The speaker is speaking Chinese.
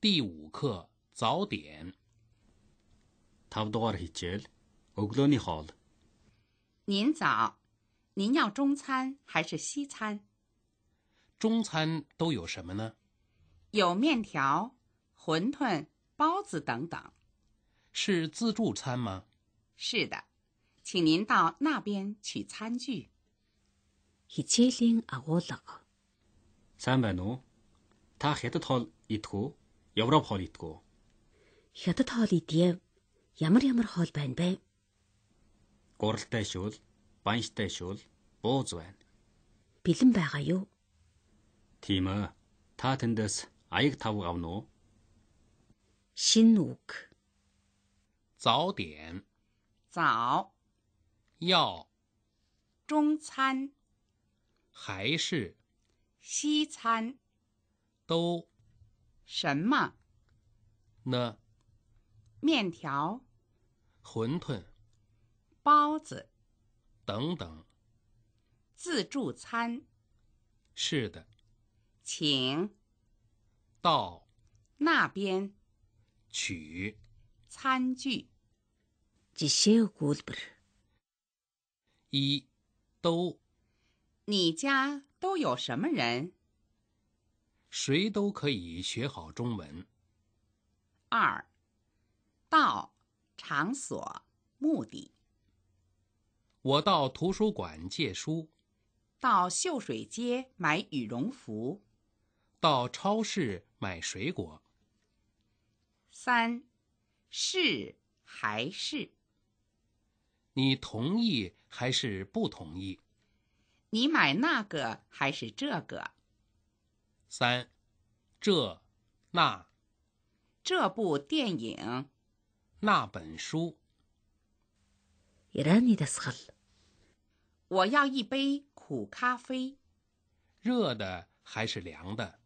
第五课早点， 5 дугаар хичээл өглөөний хоол. 您早，您要中餐还是西餐？中餐都有什么呢？有面条、馄饨、包子等等。是自助餐吗？是的，请您到那边取餐具。 Хичээлийн агуулга. Сайн байна уу? Та хятад хоол идэх үү? Европ хоол идэх үү? Хятад хоол идье. Ямар ямар хоол байна бэ? Гуралтай шүүл, банштай шүүл, бууз байна. Бэлэн байгаа юу? Тийм ээ. Та тэндээс аяг тав авна уу? Шин үг. 早点早，要中餐、还是西餐，都什么呢？面条、馄饨包子、等等。自助餐，是的，请到那边取餐具。 Жишээ өгүүлбэр. 一都你家都有什么人？谁都可以学好中文。二，到场所目的，我到图书馆借书，到秀水街买羽绒服。到超市买水果。三，是还是你同意还是不同意？你买那个还是这个？三，这、那、这部电影那本书， Ираны дасгал. 我要一杯苦咖啡。热的还是凉的？